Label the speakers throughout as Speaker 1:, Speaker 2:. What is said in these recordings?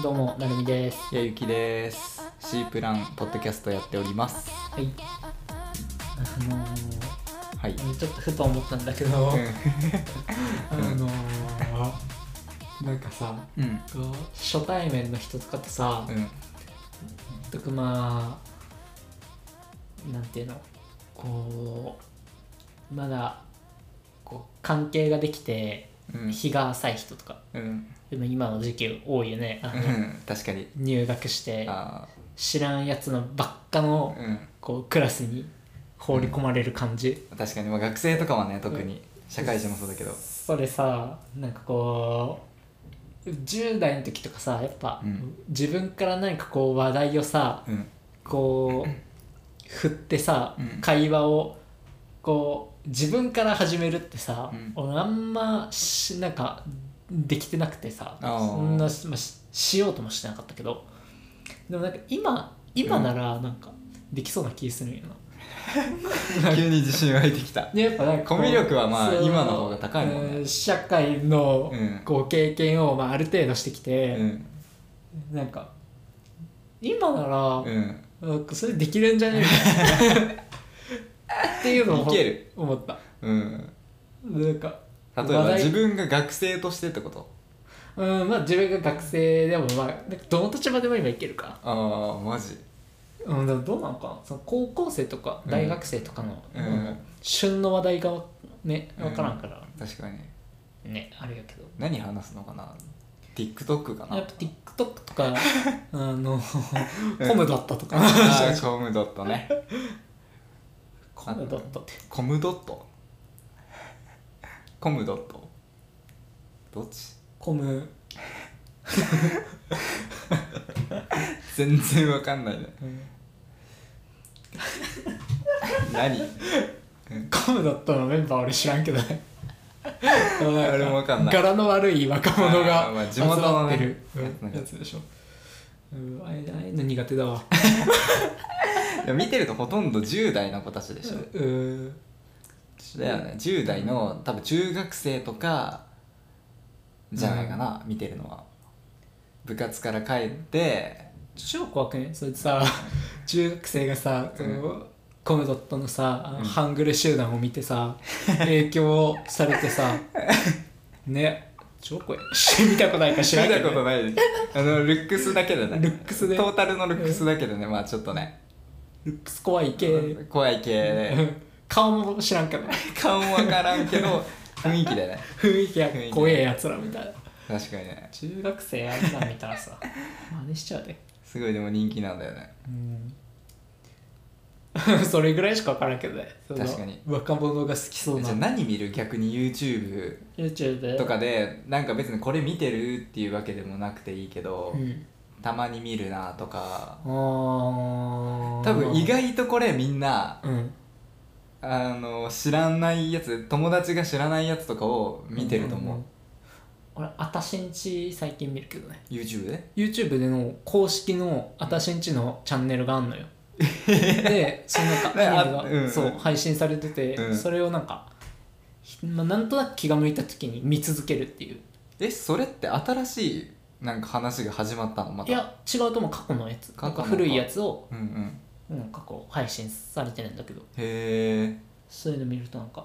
Speaker 1: どうも、なるみです。
Speaker 2: やゆきです。シープランポッドキャストやっております。
Speaker 1: はい。あのー
Speaker 2: はい。
Speaker 1: ちょっとふと思ったんだけど、あのーなんかさ、
Speaker 2: うん。うん。
Speaker 1: こう初対面の人とかとさ、
Speaker 2: うん。
Speaker 1: とくまあ、なんていうの、こう、まだ、こう、関係ができて、
Speaker 2: うん。
Speaker 1: 日が浅い人とか、
Speaker 2: うん。
Speaker 1: でも今の時期多いよね。あの
Speaker 2: うん確かに。
Speaker 1: 入学して、
Speaker 2: あ
Speaker 1: 知らんやつのばっかの
Speaker 2: あ。、うん。
Speaker 1: こう、クラスに放り込まれる感じ。
Speaker 2: 確かに、まあ、学生とかはね、特に。社会人もそうだけど。
Speaker 1: それさなんかこう10代の時とかさやっぱ、
Speaker 2: うん
Speaker 1: 自分から何かこう話題をさ
Speaker 2: うん。
Speaker 1: こう 振ってさ、
Speaker 2: うん
Speaker 1: 会話をこう自分から始めるってさ、
Speaker 2: うん
Speaker 1: 俺あんましなんかできてなくてさ
Speaker 2: あー
Speaker 1: そんなし,、まあししようともしてなかったけどでもなんか今今ならなんかできそうな気するんやな。
Speaker 2: 急に自信湧いてきた。
Speaker 1: でやっぱなんかこう
Speaker 2: コミュ力はまあ
Speaker 1: そう
Speaker 2: 今の方が高いもんね
Speaker 1: う社会の
Speaker 2: うん
Speaker 1: こう経験をまあある程度してき
Speaker 2: う
Speaker 1: て、
Speaker 2: ん。
Speaker 1: なんか今なら
Speaker 2: う、ん。
Speaker 1: なんかそれできるんじ ゃねえかっていうのを
Speaker 2: いける
Speaker 1: 思った
Speaker 2: うん。
Speaker 1: なんか
Speaker 2: 例え
Speaker 1: 話
Speaker 2: ば、
Speaker 1: 題
Speaker 2: 自分が学生としてってこと。
Speaker 1: うんまあ自分が学生でもまあなんかどの立場でも今いけるか、
Speaker 2: ああ、マジ。
Speaker 1: うん、でもどうなのかなその高校生とか
Speaker 2: うん
Speaker 1: 大学生とかの、
Speaker 2: うん
Speaker 1: うん旬の話題がね分からんから、
Speaker 2: 確かに。
Speaker 1: ねあれやけど
Speaker 2: 何話すのかな。TikTok かな。
Speaker 1: やっぱ TikTok と かあの
Speaker 2: うん
Speaker 1: コムだったとか
Speaker 2: あ あ、コムドットね。
Speaker 1: コムだったって
Speaker 2: コムドットコムドットどっち
Speaker 1: コム
Speaker 2: 全然わかんないね何
Speaker 1: コムだったのメンバー俺知らんけどね俺
Speaker 2: 俺もわかんない
Speaker 1: 柄の悪い若者
Speaker 2: あ
Speaker 1: が
Speaker 2: ーまあ
Speaker 1: 集
Speaker 2: 地元
Speaker 1: ま
Speaker 2: の
Speaker 1: っ
Speaker 2: ね
Speaker 1: てる
Speaker 2: やつ
Speaker 1: やつでしょうんあれああいうの苦手だ わ
Speaker 2: でも見てるとほとんど10代の子たちでしょ
Speaker 1: うん
Speaker 2: だよね10代の多分中学生とかじゃないかな、見てるのは部活から帰って
Speaker 1: 超怖くねそれでさ中学生がさ、そのコムドットのさあのハングル集団を見て さ影響されてさね超怖い見たことないから知
Speaker 2: 知
Speaker 1: らん
Speaker 2: ら
Speaker 1: けど、
Speaker 2: たこと
Speaker 1: ね、
Speaker 2: ないあのルックスだけでね
Speaker 1: ルックスで
Speaker 2: トータルのルックスだけでねまあちょっとね
Speaker 1: ルックス怖い系、
Speaker 2: 怖い系で
Speaker 1: 顔も知らんけど
Speaker 2: 顔もわからんけど雰囲気でね
Speaker 1: 雰囲気や
Speaker 2: 雰囲気
Speaker 1: 怖えやつらみたいな
Speaker 2: 確かにね
Speaker 1: 中学生あんなん見たらさ真似しちゃうです
Speaker 2: ごいでも人気なんだよね
Speaker 1: うん それぐらいしか分からんけどねその
Speaker 2: 確かに
Speaker 1: 若者が好きそう
Speaker 2: じゃあ
Speaker 1: な
Speaker 2: 何見る逆に YouTube
Speaker 1: YouTube
Speaker 2: とかでなんか別にこれ見てるっていうわけでもなくていいけど、
Speaker 1: うん
Speaker 2: たまに見るなとか
Speaker 1: 多
Speaker 2: 多分意外とこれみんな
Speaker 1: うん
Speaker 2: あの知らないやつ友達が知らないやつとかを見てると思う、
Speaker 1: んんん俺あたしんち最近見るけどね
Speaker 2: YouTube で
Speaker 1: YouTube での公式のあたしんちのチャンネルがあ んのよでそのなんか
Speaker 2: ねあ
Speaker 1: アニメが、
Speaker 2: うん
Speaker 1: そう配信されてて、
Speaker 2: うん
Speaker 1: それをなんか、ひまあ、なんとなく気が向いた時に見続けるっていう
Speaker 2: えそれって新しいなんか話が始まったのまた
Speaker 1: いや違うとも過去のやつ
Speaker 2: 過
Speaker 1: な
Speaker 2: 去の
Speaker 1: んか古いやつを
Speaker 2: うんうん
Speaker 1: なんかこう配信されてるんだけど
Speaker 2: へえ
Speaker 1: そういうの見るとなんか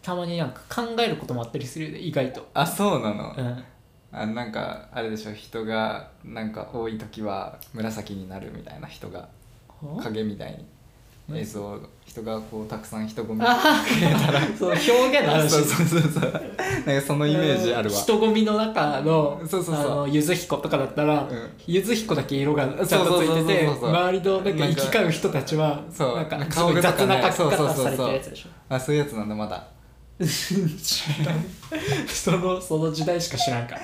Speaker 1: たまになんか考えることもあったりするよね意外と、
Speaker 2: あそうなの、
Speaker 1: うん、
Speaker 2: あなんかあれでしょ人がなんか多い時は紫になるみたいな人が影みたいに映像人がこうたくさん人混み
Speaker 1: ああ、そう表現の
Speaker 2: あ
Speaker 1: 話
Speaker 2: そうそうそうそうなんかそのイメージあるわ
Speaker 1: 人混みの中の
Speaker 2: そうそうそう
Speaker 1: あのゆず彦とかだったら、
Speaker 2: うん
Speaker 1: ゆず彦だけ色がちゃんとついてて
Speaker 2: そうそうそうそうそう
Speaker 1: 周りのなんか行き交う人たちは
Speaker 2: そう
Speaker 1: なんか
Speaker 2: なんか
Speaker 1: すごい
Speaker 2: 顔
Speaker 1: 雑
Speaker 2: とか
Speaker 1: な
Speaker 2: ね
Speaker 1: 書き
Speaker 2: そう
Speaker 1: 方
Speaker 2: そう
Speaker 1: さ
Speaker 2: そ
Speaker 1: れて
Speaker 2: うそう
Speaker 1: るやつでしょ
Speaker 2: あそういうやつなんだまだ
Speaker 1: 知らん そのその時代しか知らんか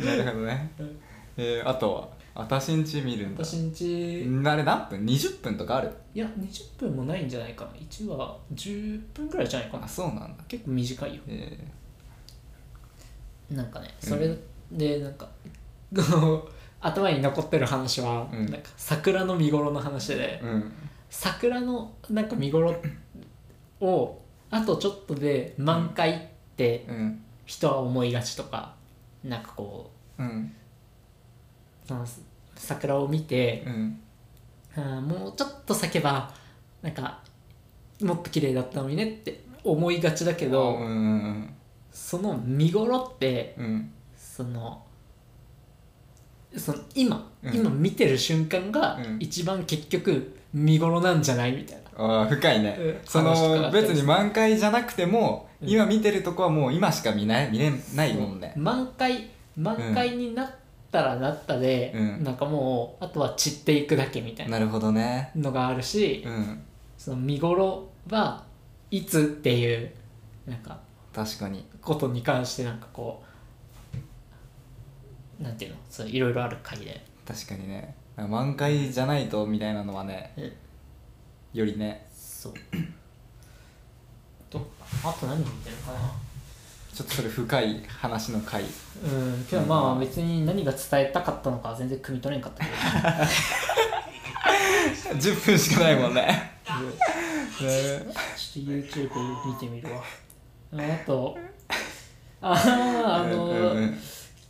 Speaker 1: ら
Speaker 2: なるほどね
Speaker 1: うん、
Speaker 2: えー、あとはあたしんち見るんだ
Speaker 1: 私んち
Speaker 2: んあれ何分20分とかある
Speaker 1: いや20分もないんじゃないかな1話10分ぐらいじゃないかな
Speaker 2: あそうなんだ
Speaker 1: 結構短いよ
Speaker 2: え
Speaker 1: なんかね
Speaker 2: うん
Speaker 1: それでなんか、 頭に残ってる話は、
Speaker 2: うん
Speaker 1: なんか桜の見頃の話で、
Speaker 2: ー、うん
Speaker 1: 桜のなんか見頃をあとちょっとで満開って
Speaker 2: うん
Speaker 1: 人は思いがちとか、なんかこ
Speaker 2: うん
Speaker 1: うその桜を見て、
Speaker 2: うん
Speaker 1: あーもうちょっと咲けばなんかもっと綺麗だったのにねって思いがちだけど、
Speaker 2: うんうん
Speaker 1: その見頃って
Speaker 2: うんうん
Speaker 1: そのその今、
Speaker 2: うん
Speaker 1: 今見てる瞬間が
Speaker 2: うん
Speaker 1: 一番結局見頃なんじゃないみたいな、
Speaker 2: ああ深いね、
Speaker 1: うん
Speaker 2: そ
Speaker 1: 話とかがあっ
Speaker 2: の
Speaker 1: たりし
Speaker 2: 別
Speaker 1: て
Speaker 2: に満開じゃなくても、
Speaker 1: うん
Speaker 2: 今見てるとこはもう今しか見ない見れないもんね
Speaker 1: 満開満開になったらなったで、
Speaker 2: うん
Speaker 1: なんかもうあとは散っていくだけみたいな
Speaker 2: なるほどね
Speaker 1: のがあるし、
Speaker 2: うん
Speaker 1: その見頃はいつっていうなんか
Speaker 2: 確かに
Speaker 1: ことに関してなんかこうなんていうのそういろいろある回で、
Speaker 2: 確かにね満開じゃないとみたいなのはねよりね
Speaker 1: そうとあと何見てるかな
Speaker 2: ちょっとそれ深い話の回
Speaker 1: う んけどまあ別に何が伝えたかったのかは全然汲み取れんかったけど
Speaker 2: 10分しかないもんね ね
Speaker 1: ちょっと YouTube 見てみるわ。あ と、あーあの、
Speaker 2: うんうん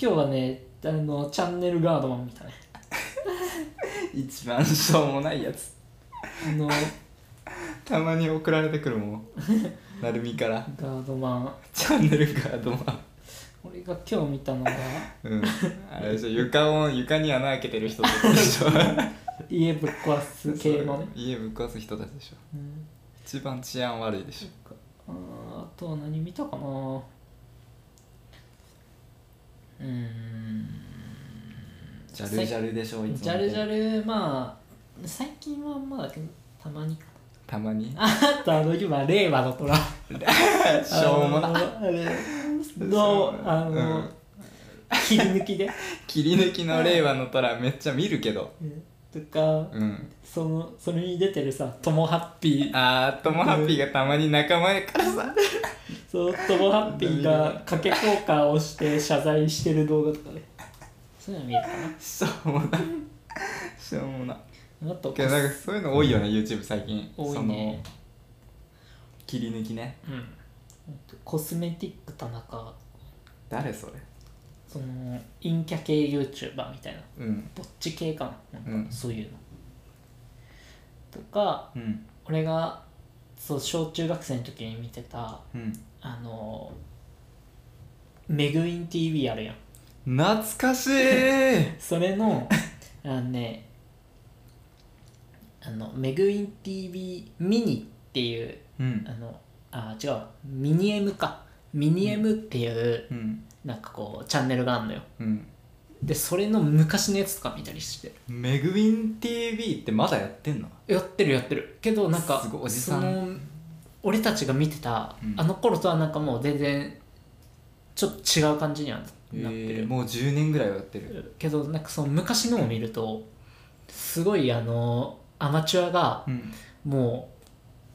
Speaker 1: 今日はね、あの、チャンネルガードマン見たね。
Speaker 2: 一番しょうもないやつ
Speaker 1: あの、
Speaker 2: たまに送られてくるも んなるみから
Speaker 1: ガードマン。
Speaker 2: チャンネルガードマン
Speaker 1: 俺が今日見たのが、
Speaker 2: うん、あれでしょ床を床に穴開けてる人とかでしょ
Speaker 1: 家ぶっ壊す系 のね。
Speaker 2: 家ぶっ壊す人たちでしょ
Speaker 1: うん
Speaker 2: 一番治安悪いでし
Speaker 1: あーあとは何見たかなうーん。
Speaker 2: ょジャルジャルでしょいつも
Speaker 1: ジャルジャル、まあ、最近はまあだけど、たまにかな。
Speaker 2: たまに
Speaker 1: あとあの、今、令和の虎。
Speaker 2: しょうもな
Speaker 1: あれのあの、
Speaker 2: うん
Speaker 1: 切り抜き で、
Speaker 2: 切り抜きの令和の虎めっちゃ見るけど
Speaker 1: とか、
Speaker 2: うん
Speaker 1: そのそれに出てるさ「ともハッ ピー
Speaker 2: あートモハッピーがたまに仲間からさ」
Speaker 1: その「ともハッピー」が掛け交換をして謝罪してる動画とか ねそういうの見るか
Speaker 2: しょうもないしょうもない
Speaker 1: なあと
Speaker 2: けどなんかそういうの多いよね YouTube 最近
Speaker 1: 多
Speaker 2: そ
Speaker 1: いね
Speaker 2: の切り抜きね
Speaker 1: うんコスメティック田中
Speaker 2: 誰それ
Speaker 1: その陰キャ系 YouTuber みたいな
Speaker 2: うん
Speaker 1: ぼっち系かななんか
Speaker 2: うん
Speaker 1: そういうの、とか
Speaker 2: うん
Speaker 1: 俺がそう小中学生の時に見てた
Speaker 2: うん
Speaker 1: あのメグイン TV あるやん
Speaker 2: 懐かしい
Speaker 1: それのあのねあのメグイン TV ミニっていう
Speaker 2: うん
Speaker 1: あのあ違うわミニ M かミニ M っていう、
Speaker 2: うん
Speaker 1: なんかこうチャンネルがあるのよ
Speaker 2: うん
Speaker 1: でそれの昔のやつとか見たりして
Speaker 2: メグウィン TV ってまだやってんの
Speaker 1: やってるやってるけどなんか
Speaker 2: すごいおじさん
Speaker 1: その俺たちが見てた、
Speaker 2: うん
Speaker 1: あの頃とはなんかもう全然ちょっと違う感じにはなってる、
Speaker 2: えーもう10年ぐらいはやってる
Speaker 1: けどなんかその昔のを見るとすごいあのアマチュアが
Speaker 2: うん
Speaker 1: も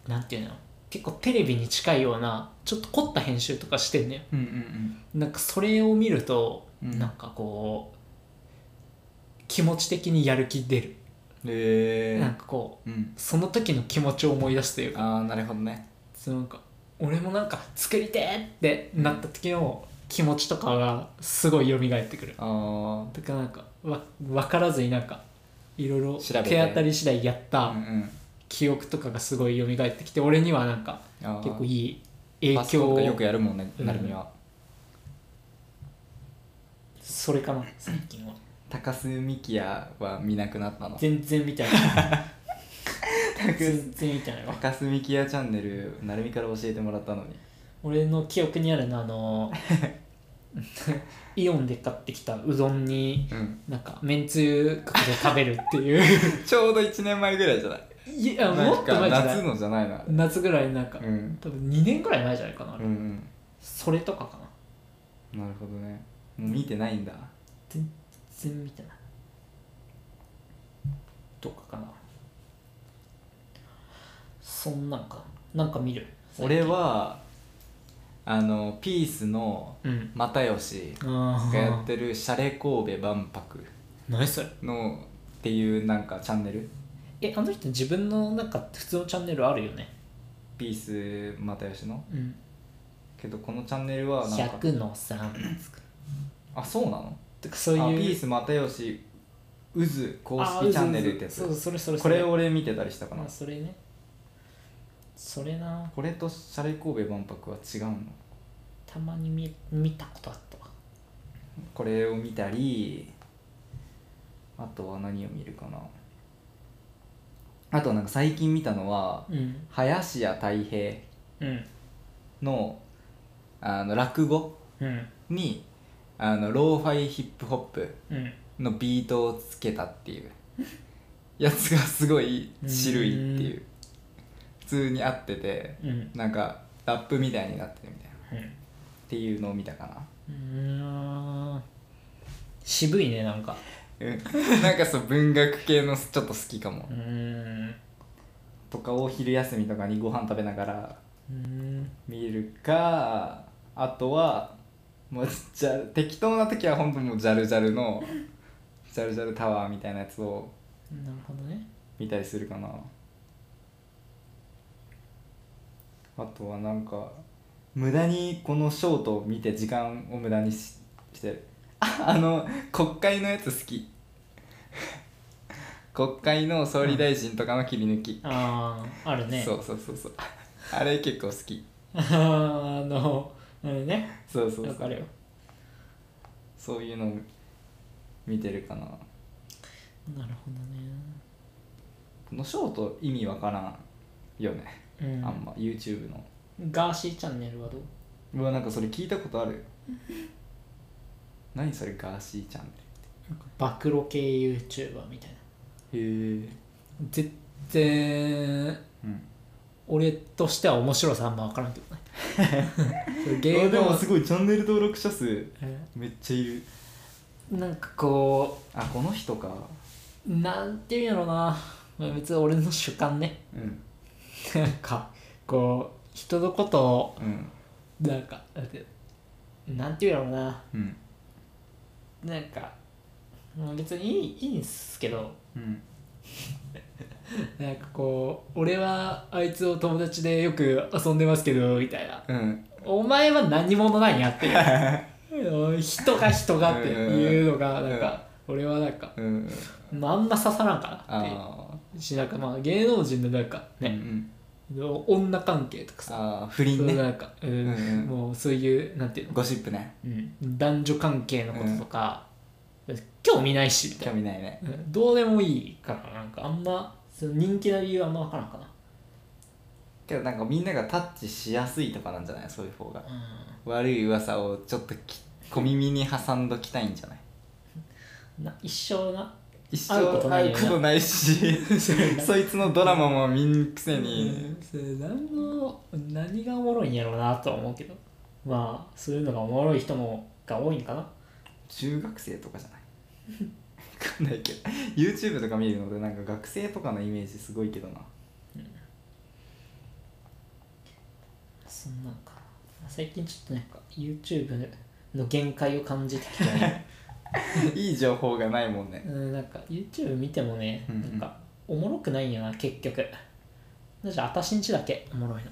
Speaker 1: うなんていうの結構テレビに近いようなちょっと凝った編集とかしてんね
Speaker 2: うんうん
Speaker 1: なんかそれを見ると、
Speaker 2: うん
Speaker 1: なんかこう気持ち的にやる気出る、
Speaker 2: うんへえ
Speaker 1: なんかこう
Speaker 2: うん
Speaker 1: その時の気持ちを思い出すというか
Speaker 2: ああなるほどね
Speaker 1: そのなんか俺もなんか作りてーってなった時の気持ちとかがすごい蘇ってくる
Speaker 2: あ
Speaker 1: だからなんかわ分からずになんかいろいろ
Speaker 2: 調べて
Speaker 1: 手当たり次第やっ
Speaker 2: あ
Speaker 1: た
Speaker 2: うんうん
Speaker 1: 記憶とかがすごい蘇ってきて俺にはなんか
Speaker 2: あー
Speaker 1: 結構いい影
Speaker 2: パソコ
Speaker 1: 響
Speaker 2: ンと
Speaker 1: を
Speaker 2: かよくやるもんね
Speaker 1: うん
Speaker 2: なるみは
Speaker 1: それかな最近は
Speaker 2: 高須幹也は見なくなったの
Speaker 1: 全然見たいな全然見たいな
Speaker 2: 高須幹也チャンネルなるみから教えてもらったのに
Speaker 1: 俺の記憶にあるのはあ のイオンで買ってきたうどんに
Speaker 2: うん
Speaker 1: なんかめんつゆかけて食べるっていう
Speaker 2: ちょうど1年前ぐらいじゃない
Speaker 1: いや
Speaker 2: な
Speaker 1: も
Speaker 2: ん
Speaker 1: っと
Speaker 2: か
Speaker 1: 前じゃない
Speaker 2: 夏のじゃないな
Speaker 1: 夏ぐらいなんか、
Speaker 2: うん
Speaker 1: 多分2年ぐらい前じゃないかな、あ
Speaker 2: う
Speaker 1: れ
Speaker 2: ん
Speaker 1: それとかかな
Speaker 2: うんなるほどねもう見てないんだ
Speaker 1: 全然見てないとかかなそんなんかなんか見る
Speaker 2: 俺はあのピースの
Speaker 1: うん
Speaker 2: 又吉
Speaker 1: あ
Speaker 2: がやっ
Speaker 1: あ
Speaker 2: てる「シャレ神戸万博
Speaker 1: 何それ」
Speaker 2: のっていうなんかチャンネル
Speaker 1: えあの人自分のなんか普通のチャンネルあるよね
Speaker 2: ピース又吉の
Speaker 1: うん
Speaker 2: けどこのチャンネルはなんか
Speaker 1: 100の3
Speaker 2: あそうなの
Speaker 1: とかそう
Speaker 2: あ
Speaker 1: いう
Speaker 2: ピース又吉渦公式チャンネルってや
Speaker 1: あ
Speaker 2: つ
Speaker 1: うずうずそうそれそれそ
Speaker 2: こ
Speaker 1: れ
Speaker 2: れ俺見てたりしたかな
Speaker 1: あそれねそれな
Speaker 2: これとシャレ神戸万博は違うの
Speaker 1: たまに見見たことあったわ
Speaker 2: これを見たりあとは何を見るかなあとなんか最近見たのは
Speaker 1: うん
Speaker 2: 林家たい平
Speaker 1: うん
Speaker 2: のあの落語
Speaker 1: うん
Speaker 2: にあのローファイヒップホップ
Speaker 1: うん
Speaker 2: のビートをつけたっていうやつがすごい種類っていう普通に合ってて
Speaker 1: うん
Speaker 2: なんかラップみたいになってるみたいなっていうのを見たかな
Speaker 1: うんうーん渋いねなんか
Speaker 2: うんなんかそう文学系のちょっと好きかも
Speaker 1: うーんう
Speaker 2: とかを昼休みとかにご飯食べながら
Speaker 1: ーん
Speaker 2: 見るかあとはもうじゃ適当な時は本当もうジャルジャルのジャルジャルタワーみたいなやつを
Speaker 1: なるほどね
Speaker 2: 見たりするかなあとはなんか無駄にこのショートを見て時間を無駄にししてる ああの国会のやつ好き 国会の総理大臣とかの切り抜き、
Speaker 1: あああるね
Speaker 2: そうそうそうそうあれ結構好き
Speaker 1: あーあのあれね
Speaker 2: そうそう
Speaker 1: わ
Speaker 2: そう
Speaker 1: かるよ
Speaker 2: そういうのを見てるかな
Speaker 1: なるほどね
Speaker 2: このショート意味わからんよね、
Speaker 1: うん
Speaker 2: あんま YouTube の
Speaker 1: ガーシーチャンネルはどう
Speaker 2: うわなんかそれ聞いたことあるよ何それガーシーチャン
Speaker 1: 暴露系 YouTuber みたいな
Speaker 2: ネルへえ
Speaker 1: 絶対
Speaker 2: うん
Speaker 1: 俺としては面白さあんま分からんけどねそれ
Speaker 2: あ
Speaker 1: 芸
Speaker 2: で
Speaker 1: 能
Speaker 2: もすごいチャンネル登録者数
Speaker 1: え
Speaker 2: めっちゃいる
Speaker 1: なんかこ
Speaker 2: あこの人か
Speaker 1: うなんていうんやろうなまあ別に俺の主観ね
Speaker 2: うん
Speaker 1: なんかこう人のことを
Speaker 2: うん
Speaker 1: なんかなんてなんていうんやろうな
Speaker 2: うん
Speaker 1: なんかまあ別にいいいいんすけど
Speaker 2: うん
Speaker 1: なんかこう俺はあいつを友達でよく遊んでますけどみたいな
Speaker 2: うん
Speaker 1: お前は何者なんやっていう人が人がっていうのがなんか俺はなんか
Speaker 2: うん
Speaker 1: まああんま刺さらんかなってい
Speaker 2: あ
Speaker 1: うしなんかまあ芸能人のなんか
Speaker 2: ーうんう
Speaker 1: ね、
Speaker 2: ん
Speaker 1: 女関係とかさ
Speaker 2: あー不
Speaker 1: そ
Speaker 2: 倫
Speaker 1: う
Speaker 2: ね
Speaker 1: なんか、うん
Speaker 2: んうん
Speaker 1: もうそういうなんていうの、
Speaker 2: ゴシップね
Speaker 1: うん、男女関係のこととか、興味ないしみた
Speaker 2: 興
Speaker 1: いな、
Speaker 2: 味ないね
Speaker 1: うんどうでもいいからなんかあんまその人気な理由はあんま分からんかな
Speaker 2: けどなんかみんながタッチしやすいとかなんじゃないそういう方が
Speaker 1: う
Speaker 2: 悪い噂をちょっとき小耳に挟んどきたいんじゃない
Speaker 1: んな一生な
Speaker 2: 一
Speaker 1: 会うこと
Speaker 2: 生
Speaker 1: ないよ
Speaker 2: 会う
Speaker 1: な
Speaker 2: ことないし そいつのドラマも見んくせに
Speaker 1: うんそれ何の何がおもろいんやろうなとは思うけどまあそういうのがおもろい人もが多いんかな
Speaker 2: 中学生とかじゃないわかんないけど YouTube とか見るのでなんか学生とかのイメージすごいけどな
Speaker 1: そんなんか最近ちょっとなんか YouTube の限界を感じてきてね、
Speaker 2: いい情報がないもんね
Speaker 1: うん、なんか YouTube 見てもね
Speaker 2: うんうん
Speaker 1: なんかおもろくないんやな結局じゃあ私んちだけおもろいの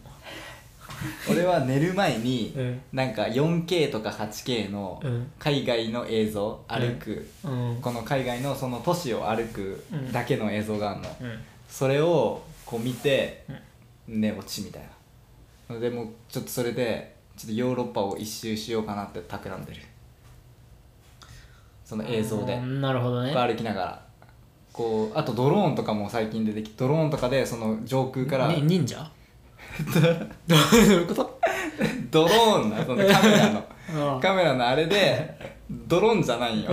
Speaker 2: 俺は寝る前に
Speaker 1: ん
Speaker 2: なんか 4K とか 8K の
Speaker 1: うん
Speaker 2: 海外の映像歩く、
Speaker 1: うん
Speaker 2: この海外のその都市を歩くだけの映像があるの、
Speaker 1: うん
Speaker 2: それをこう見て寝落ちみたいなのでもうちょっとそれでちょっとヨーロッパを一周しようかなって企んでるその映像で
Speaker 1: あーなるほどね
Speaker 2: 歩きながらこうあとドローンとかも最近出てきてドローンとかでその上空から、
Speaker 1: ね、忍者どういうこと
Speaker 2: ドローンなそのカメラの
Speaker 1: あ
Speaker 2: カメラのあれでドローンじゃないんよ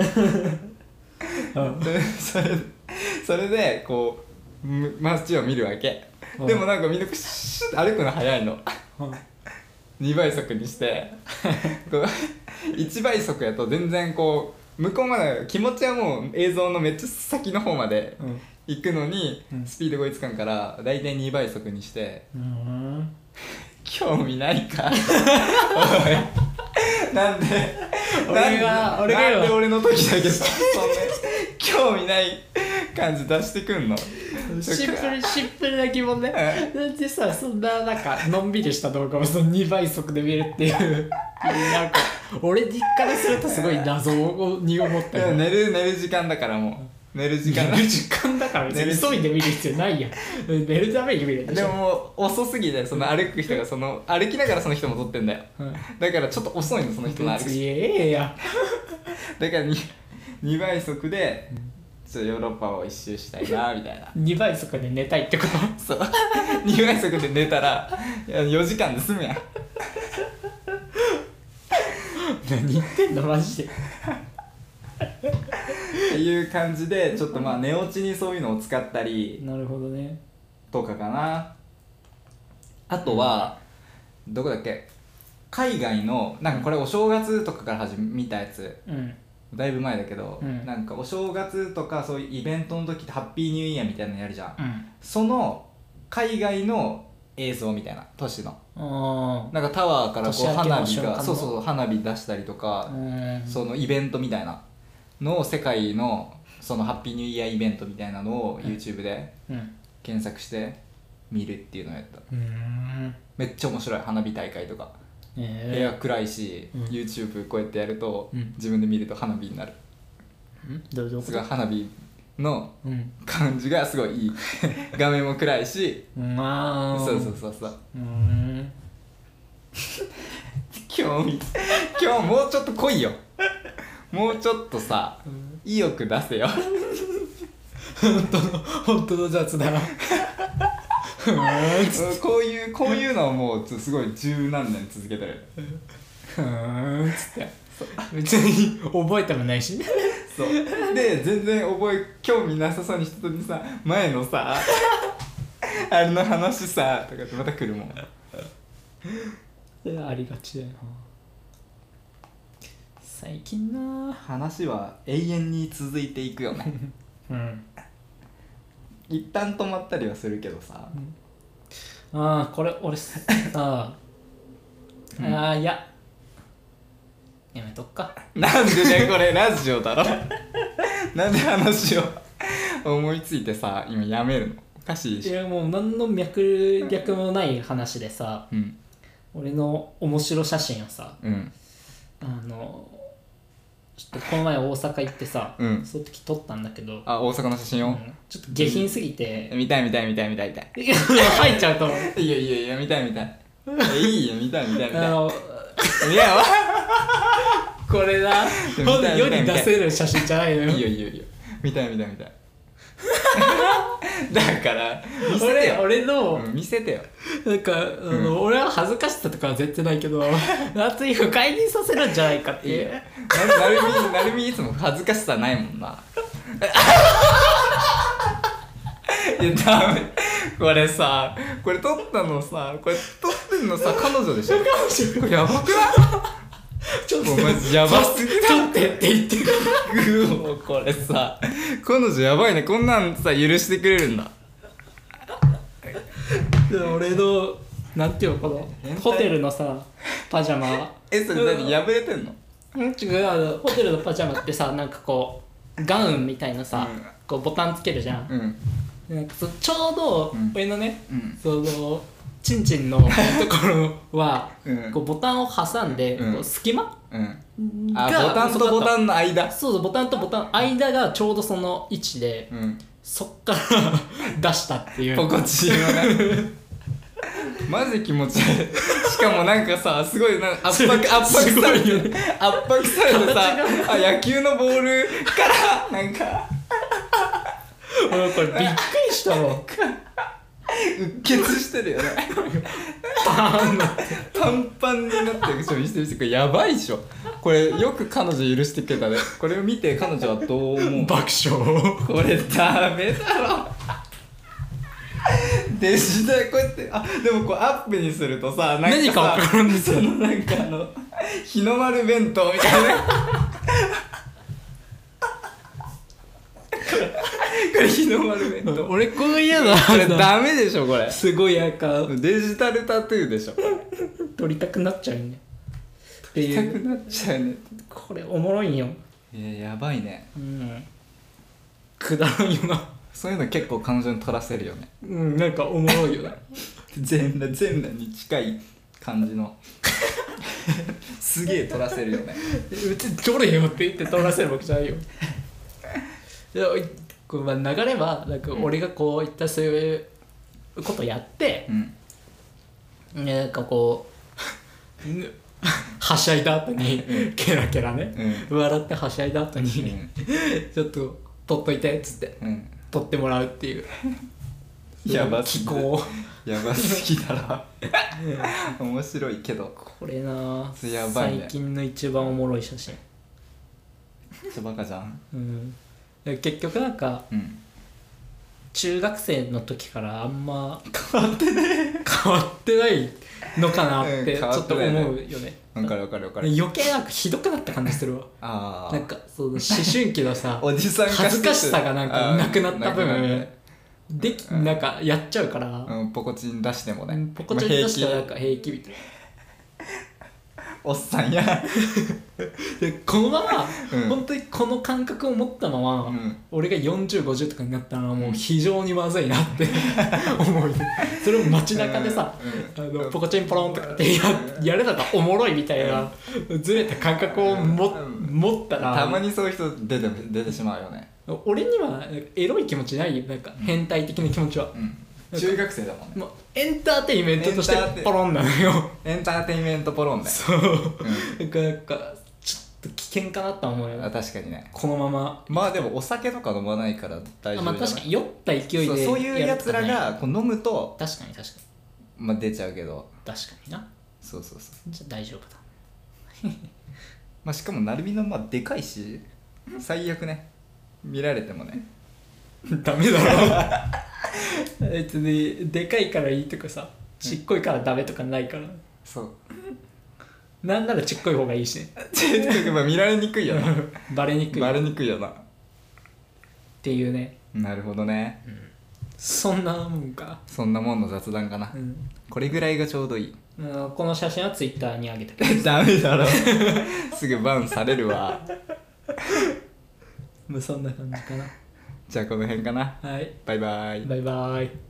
Speaker 1: あ
Speaker 2: でそれそれでこうむ街を見るわけ
Speaker 1: うん
Speaker 2: でもなんかみんなクシュッて歩くの早いの
Speaker 1: うん
Speaker 2: 2倍速にしてこう1倍速やと全然こう向こうまで気持ちはもう映像のめっちゃ先の方まで
Speaker 1: うん
Speaker 2: 行くのに
Speaker 1: うん
Speaker 2: スピード追いつかんから大体2倍速にして
Speaker 1: うん
Speaker 2: 興味ないかおいなんで
Speaker 1: 俺が
Speaker 2: なん
Speaker 1: 俺がよ
Speaker 2: なんで俺の時だけさそんな興味ない感じ出してくんの
Speaker 1: シンプルシンプルな疑問ねなんでさそんななんかのんびりした動画をその2倍速で見るっていうなんか俺実家でするとすごい謎をに思っ
Speaker 2: い
Speaker 1: た
Speaker 2: や
Speaker 1: よね
Speaker 2: 寝る寝る時間だからも寝る時
Speaker 1: 寝
Speaker 2: 間
Speaker 1: る時間だから別に急いで見る必要ないやん寝るために見るんでし
Speaker 2: で
Speaker 1: ょ
Speaker 2: ももう遅すぎてその歩く人がその歩きながらその人も撮ってんだよ
Speaker 1: うん
Speaker 2: だからちょっと遅いのその人の歩
Speaker 1: 別
Speaker 2: き
Speaker 1: にええや
Speaker 2: だからに2倍速でちょっとヨーロッパを一周したいなみたいな
Speaker 1: 2倍速で寝たいってこと
Speaker 2: そう2倍速で寝たらいや4時間で済むやん
Speaker 1: 何言ってんのマジで
Speaker 2: っていう感じでちょっとまあ寝落ちにそういうのを使ったり
Speaker 1: なるほどね
Speaker 2: とかかなあとはどこだっけ海外のなんかこれお正月とかから始め見たやつ
Speaker 1: うん
Speaker 2: だいぶ前だけど、
Speaker 1: うん
Speaker 2: なんかお正月とかそういうイベントの時ってハッピーニューイヤーみたいなのやるじゃん、
Speaker 1: うん
Speaker 2: その海外の映像みたいな都市の
Speaker 1: あ
Speaker 2: なんかタワーからこう
Speaker 1: 年明けの
Speaker 2: 花火
Speaker 1: 瞬間
Speaker 2: が
Speaker 1: の
Speaker 2: そうそう花火出したりと
Speaker 1: あ
Speaker 2: か、
Speaker 1: うん
Speaker 2: そのイベントみたいなのを世界のそのハッピーニューイヤーイベントみたいなのを YouTube で
Speaker 1: うん
Speaker 2: 検索して見るっていうのをやった
Speaker 1: うん
Speaker 2: めっちゃ面白い花火大会とか部
Speaker 1: え
Speaker 2: 屋暗いし、
Speaker 1: うん
Speaker 2: YouTube こうやってやると、
Speaker 1: うん
Speaker 2: 自分で見ると花火になる
Speaker 1: えんどういうこ
Speaker 2: す
Speaker 1: と
Speaker 2: ごい花火の
Speaker 1: うん
Speaker 2: 感じがす ごいいい画面も暗いし
Speaker 1: まあ
Speaker 2: そうそうそうそう
Speaker 1: うん
Speaker 2: 今日み今日もうちょっと来いよもうちょっとさ意欲出せよ
Speaker 1: 本当の本当の雑だなふ
Speaker 2: こういうこういうのをもうつすごい十何年続けてる
Speaker 1: ーんつって別に覚えてもない し
Speaker 2: そうで全然覚え興味なさそうにしてたのにさ前のさあれの話さとかってまた来るもん
Speaker 1: ありがちだよな最近な
Speaker 2: 話は永遠に続いていくよね
Speaker 1: うん
Speaker 2: 一旦止まったりはするけどさ
Speaker 1: ああこれ俺 さあ
Speaker 2: う
Speaker 1: ー、
Speaker 2: ん
Speaker 1: あーいややめとっか
Speaker 2: なんでねこれラジオだろなんで話を思いついてさ今やめるのおかしい
Speaker 1: い
Speaker 2: でしょ
Speaker 1: やもう何の脈略もない話でさ
Speaker 2: うん
Speaker 1: 俺の面白写真をさ
Speaker 2: うん
Speaker 1: あのちょっとこの前大阪行ってさ、
Speaker 2: うん
Speaker 1: その時撮ったんだけど、
Speaker 2: あ大阪の写真
Speaker 1: う
Speaker 2: を、
Speaker 1: んちょっと下品すぎて、
Speaker 2: 見たい見たい見たい見たい見たい
Speaker 1: 入っちゃう と思う
Speaker 2: いやいやいや見たい見たいいやいいよ見たい見たい見
Speaker 1: あ
Speaker 2: たい
Speaker 1: の
Speaker 2: いやわ
Speaker 1: これな
Speaker 2: 見
Speaker 1: ほん
Speaker 2: た
Speaker 1: で
Speaker 2: い
Speaker 1: 世
Speaker 2: 見たい
Speaker 1: に
Speaker 2: 見たい
Speaker 1: 出せる写真じゃないの
Speaker 2: いいよ
Speaker 1: よ
Speaker 2: いいよいいよ見たい見たい見たいだから見せて
Speaker 1: 俺
Speaker 2: よ、
Speaker 1: 俺の、
Speaker 2: うん見せてよ
Speaker 1: なんか、あの俺は恥ずかしさとかは絶対ないけ ど夏井不快にさせるんじゃないかって
Speaker 2: いい
Speaker 1: いう
Speaker 2: よななるみなるみいつも恥ずかしさないもんな いやダメこれさこれ撮ったのさこれ撮ってんのさ彼女でしょこれやばくない
Speaker 1: ちょっ
Speaker 2: も
Speaker 1: と
Speaker 2: うマジやばすぎだ
Speaker 1: 取ってって言ってくる
Speaker 2: もうこれさ彼女やばいねこんなんさ許してくれるんだ
Speaker 1: で俺のなんていうのか
Speaker 2: 変
Speaker 1: な
Speaker 2: 態
Speaker 1: ホテルのさパジャマ
Speaker 2: えそれ何
Speaker 1: や
Speaker 2: 破れてんの
Speaker 1: 違うあのホテルのパジャマってさなんかこうガウンみたいなさ、
Speaker 2: うん
Speaker 1: こうボタンつけるじゃん,、
Speaker 2: うん
Speaker 1: なんかそちょうど
Speaker 2: うん
Speaker 1: 俺のね、
Speaker 2: うん
Speaker 1: そのチンチンの ところは、
Speaker 2: うん
Speaker 1: こうボタンを挟んで、
Speaker 2: うん
Speaker 1: こう隙間
Speaker 2: うん
Speaker 1: が
Speaker 2: あボタンとボタ
Speaker 1: ン
Speaker 2: ンの間
Speaker 1: そうそうボタンとボタン間がちょうどその位置で、
Speaker 2: うん
Speaker 1: そっから 出したっていう
Speaker 2: 心地いいよね マジ気持ち悪いしかもなんかさすごいなんか圧迫 圧迫
Speaker 1: すご
Speaker 2: され
Speaker 1: い
Speaker 2: て
Speaker 1: よ
Speaker 2: 圧迫されて
Speaker 1: 形
Speaker 2: さあ野球のボールからなんか
Speaker 1: 俺これびっくりしたもん
Speaker 2: うっ血してるよね
Speaker 1: パーンの
Speaker 2: 短パンになってるちょ見せて見せてこれやばいでしょこれよく彼女許してくれたねこれを見て彼女はどう思う
Speaker 1: 爆笑
Speaker 2: これダメだろデジタルこうやってあでもこうアップにするとさなんかさ
Speaker 1: 何かわかるんです
Speaker 2: そのなんかあの日の丸弁当みたいなこれこれ日の丸弁当こ
Speaker 1: 俺こういうの
Speaker 2: れダメでしょこれ
Speaker 1: すごいなんか
Speaker 2: デジタルタトゥーでしょ
Speaker 1: 撮りたくなっちゃうねって
Speaker 2: 痛く
Speaker 1: いう
Speaker 2: なっちゃうね
Speaker 1: これおもろいんよ
Speaker 2: いややばいね
Speaker 1: うんくだらんよな
Speaker 2: そういうの結構彼女に取らせるよね
Speaker 1: うんなんかおもろいよな
Speaker 2: 全裸全裸に近い感 じのすげえ取らせるよね
Speaker 1: うち撮れよって言って撮らせるわけじゃないよでおいこうまあ流れはなんか俺がこういったそういうことやって、
Speaker 2: うん
Speaker 1: ねなんかこうぬはしゃいだ後にケラケラね、笑ってはしゃいだ後に、ちょっと取っといてっつって
Speaker 2: うんうん
Speaker 1: 取ってもらうっていう
Speaker 2: やば
Speaker 1: 気
Speaker 2: すぎる
Speaker 1: 候
Speaker 2: やばすぎだな面白いけど
Speaker 1: これな
Speaker 2: それやばいね
Speaker 1: 最近の一番おもろい写真、
Speaker 2: めっちゃバカじゃん
Speaker 1: うん、で結局なんか
Speaker 2: うん
Speaker 1: 中学生の時からあんま変わってないのかなっ
Speaker 2: う
Speaker 1: て
Speaker 2: ん
Speaker 1: ち
Speaker 2: 変
Speaker 1: ょ
Speaker 2: わ
Speaker 1: っ
Speaker 2: って
Speaker 1: と
Speaker 2: ないね
Speaker 1: 思うよね
Speaker 2: わかるわかるわかる
Speaker 1: 余計なんかひどくなった感じするわ
Speaker 2: ああ
Speaker 1: なんかその思春期のさ
Speaker 2: おじさん化してて
Speaker 1: 恥ずかしさがなんかなくなった分
Speaker 2: あーなく
Speaker 1: でき
Speaker 2: うん
Speaker 1: なんかやっちゃうから、
Speaker 2: なうんポコチン出してもね
Speaker 1: ポコちゃんに出したらなん
Speaker 2: まあ
Speaker 1: か平気みたい
Speaker 2: 平気おっさんや
Speaker 1: なでこのまま、
Speaker 2: うん
Speaker 1: 本当にこの感覚を持ったまま、
Speaker 2: うん
Speaker 1: 俺が4050とかになったらもう非常にまずいな って思うそれを街中でさ、
Speaker 2: うんうん
Speaker 1: あのポコチンポロンとかってややれたらおもろいみたいな、ずれた感覚をも、
Speaker 2: うん
Speaker 1: 持ったら
Speaker 2: たまにそういう人出て出てしまうよね
Speaker 1: 俺にはエロい気持ちないよなんか変態的な気持ちは、
Speaker 2: うん中学生だもんね
Speaker 1: もうエンターテインメントとし
Speaker 2: エンターテ
Speaker 1: て
Speaker 2: イ
Speaker 1: ポロンなの よ
Speaker 2: エンターテインメントポロンね
Speaker 1: そう、なんかなんかちょっと危険かなとは思う
Speaker 2: あ
Speaker 1: よ
Speaker 2: 確かにね
Speaker 1: このまま
Speaker 2: まあでもお酒とか飲まないから大
Speaker 1: あ
Speaker 2: 丈夫じゃない
Speaker 1: まあ確かに酔った勢いで
Speaker 2: そうそういうや
Speaker 1: る
Speaker 2: つ
Speaker 1: とからね
Speaker 2: がこう飲むと、
Speaker 1: 確かに確か
Speaker 2: まあ、出ちゃうけど
Speaker 1: に確かにな
Speaker 2: そうそうそう、
Speaker 1: じゃあ大丈夫だ
Speaker 2: まあ、しかも成美のまあでかいし最悪ね見られてもね
Speaker 1: ダメだろ 別にでかいからいいとかさちっこいからダメとかないから
Speaker 2: そう
Speaker 1: なんならちっこい方がいいし、ね、
Speaker 2: ちょっ とまあ見られにくい よな
Speaker 1: バレにくい
Speaker 2: バ
Speaker 1: っ
Speaker 2: レにくいよな
Speaker 1: ていうね
Speaker 2: なるほどね
Speaker 1: そんなもんか、
Speaker 2: そんなもんの雑談かな
Speaker 1: うん、
Speaker 2: これぐらいがちょうどいい
Speaker 1: うんこの写真はツイッターに上げたけど
Speaker 2: ダメだろ すぐバンされるわ
Speaker 1: まあそんな感じかな
Speaker 2: じゃあこの辺かな
Speaker 1: はい
Speaker 2: バイバイ
Speaker 1: バイバイ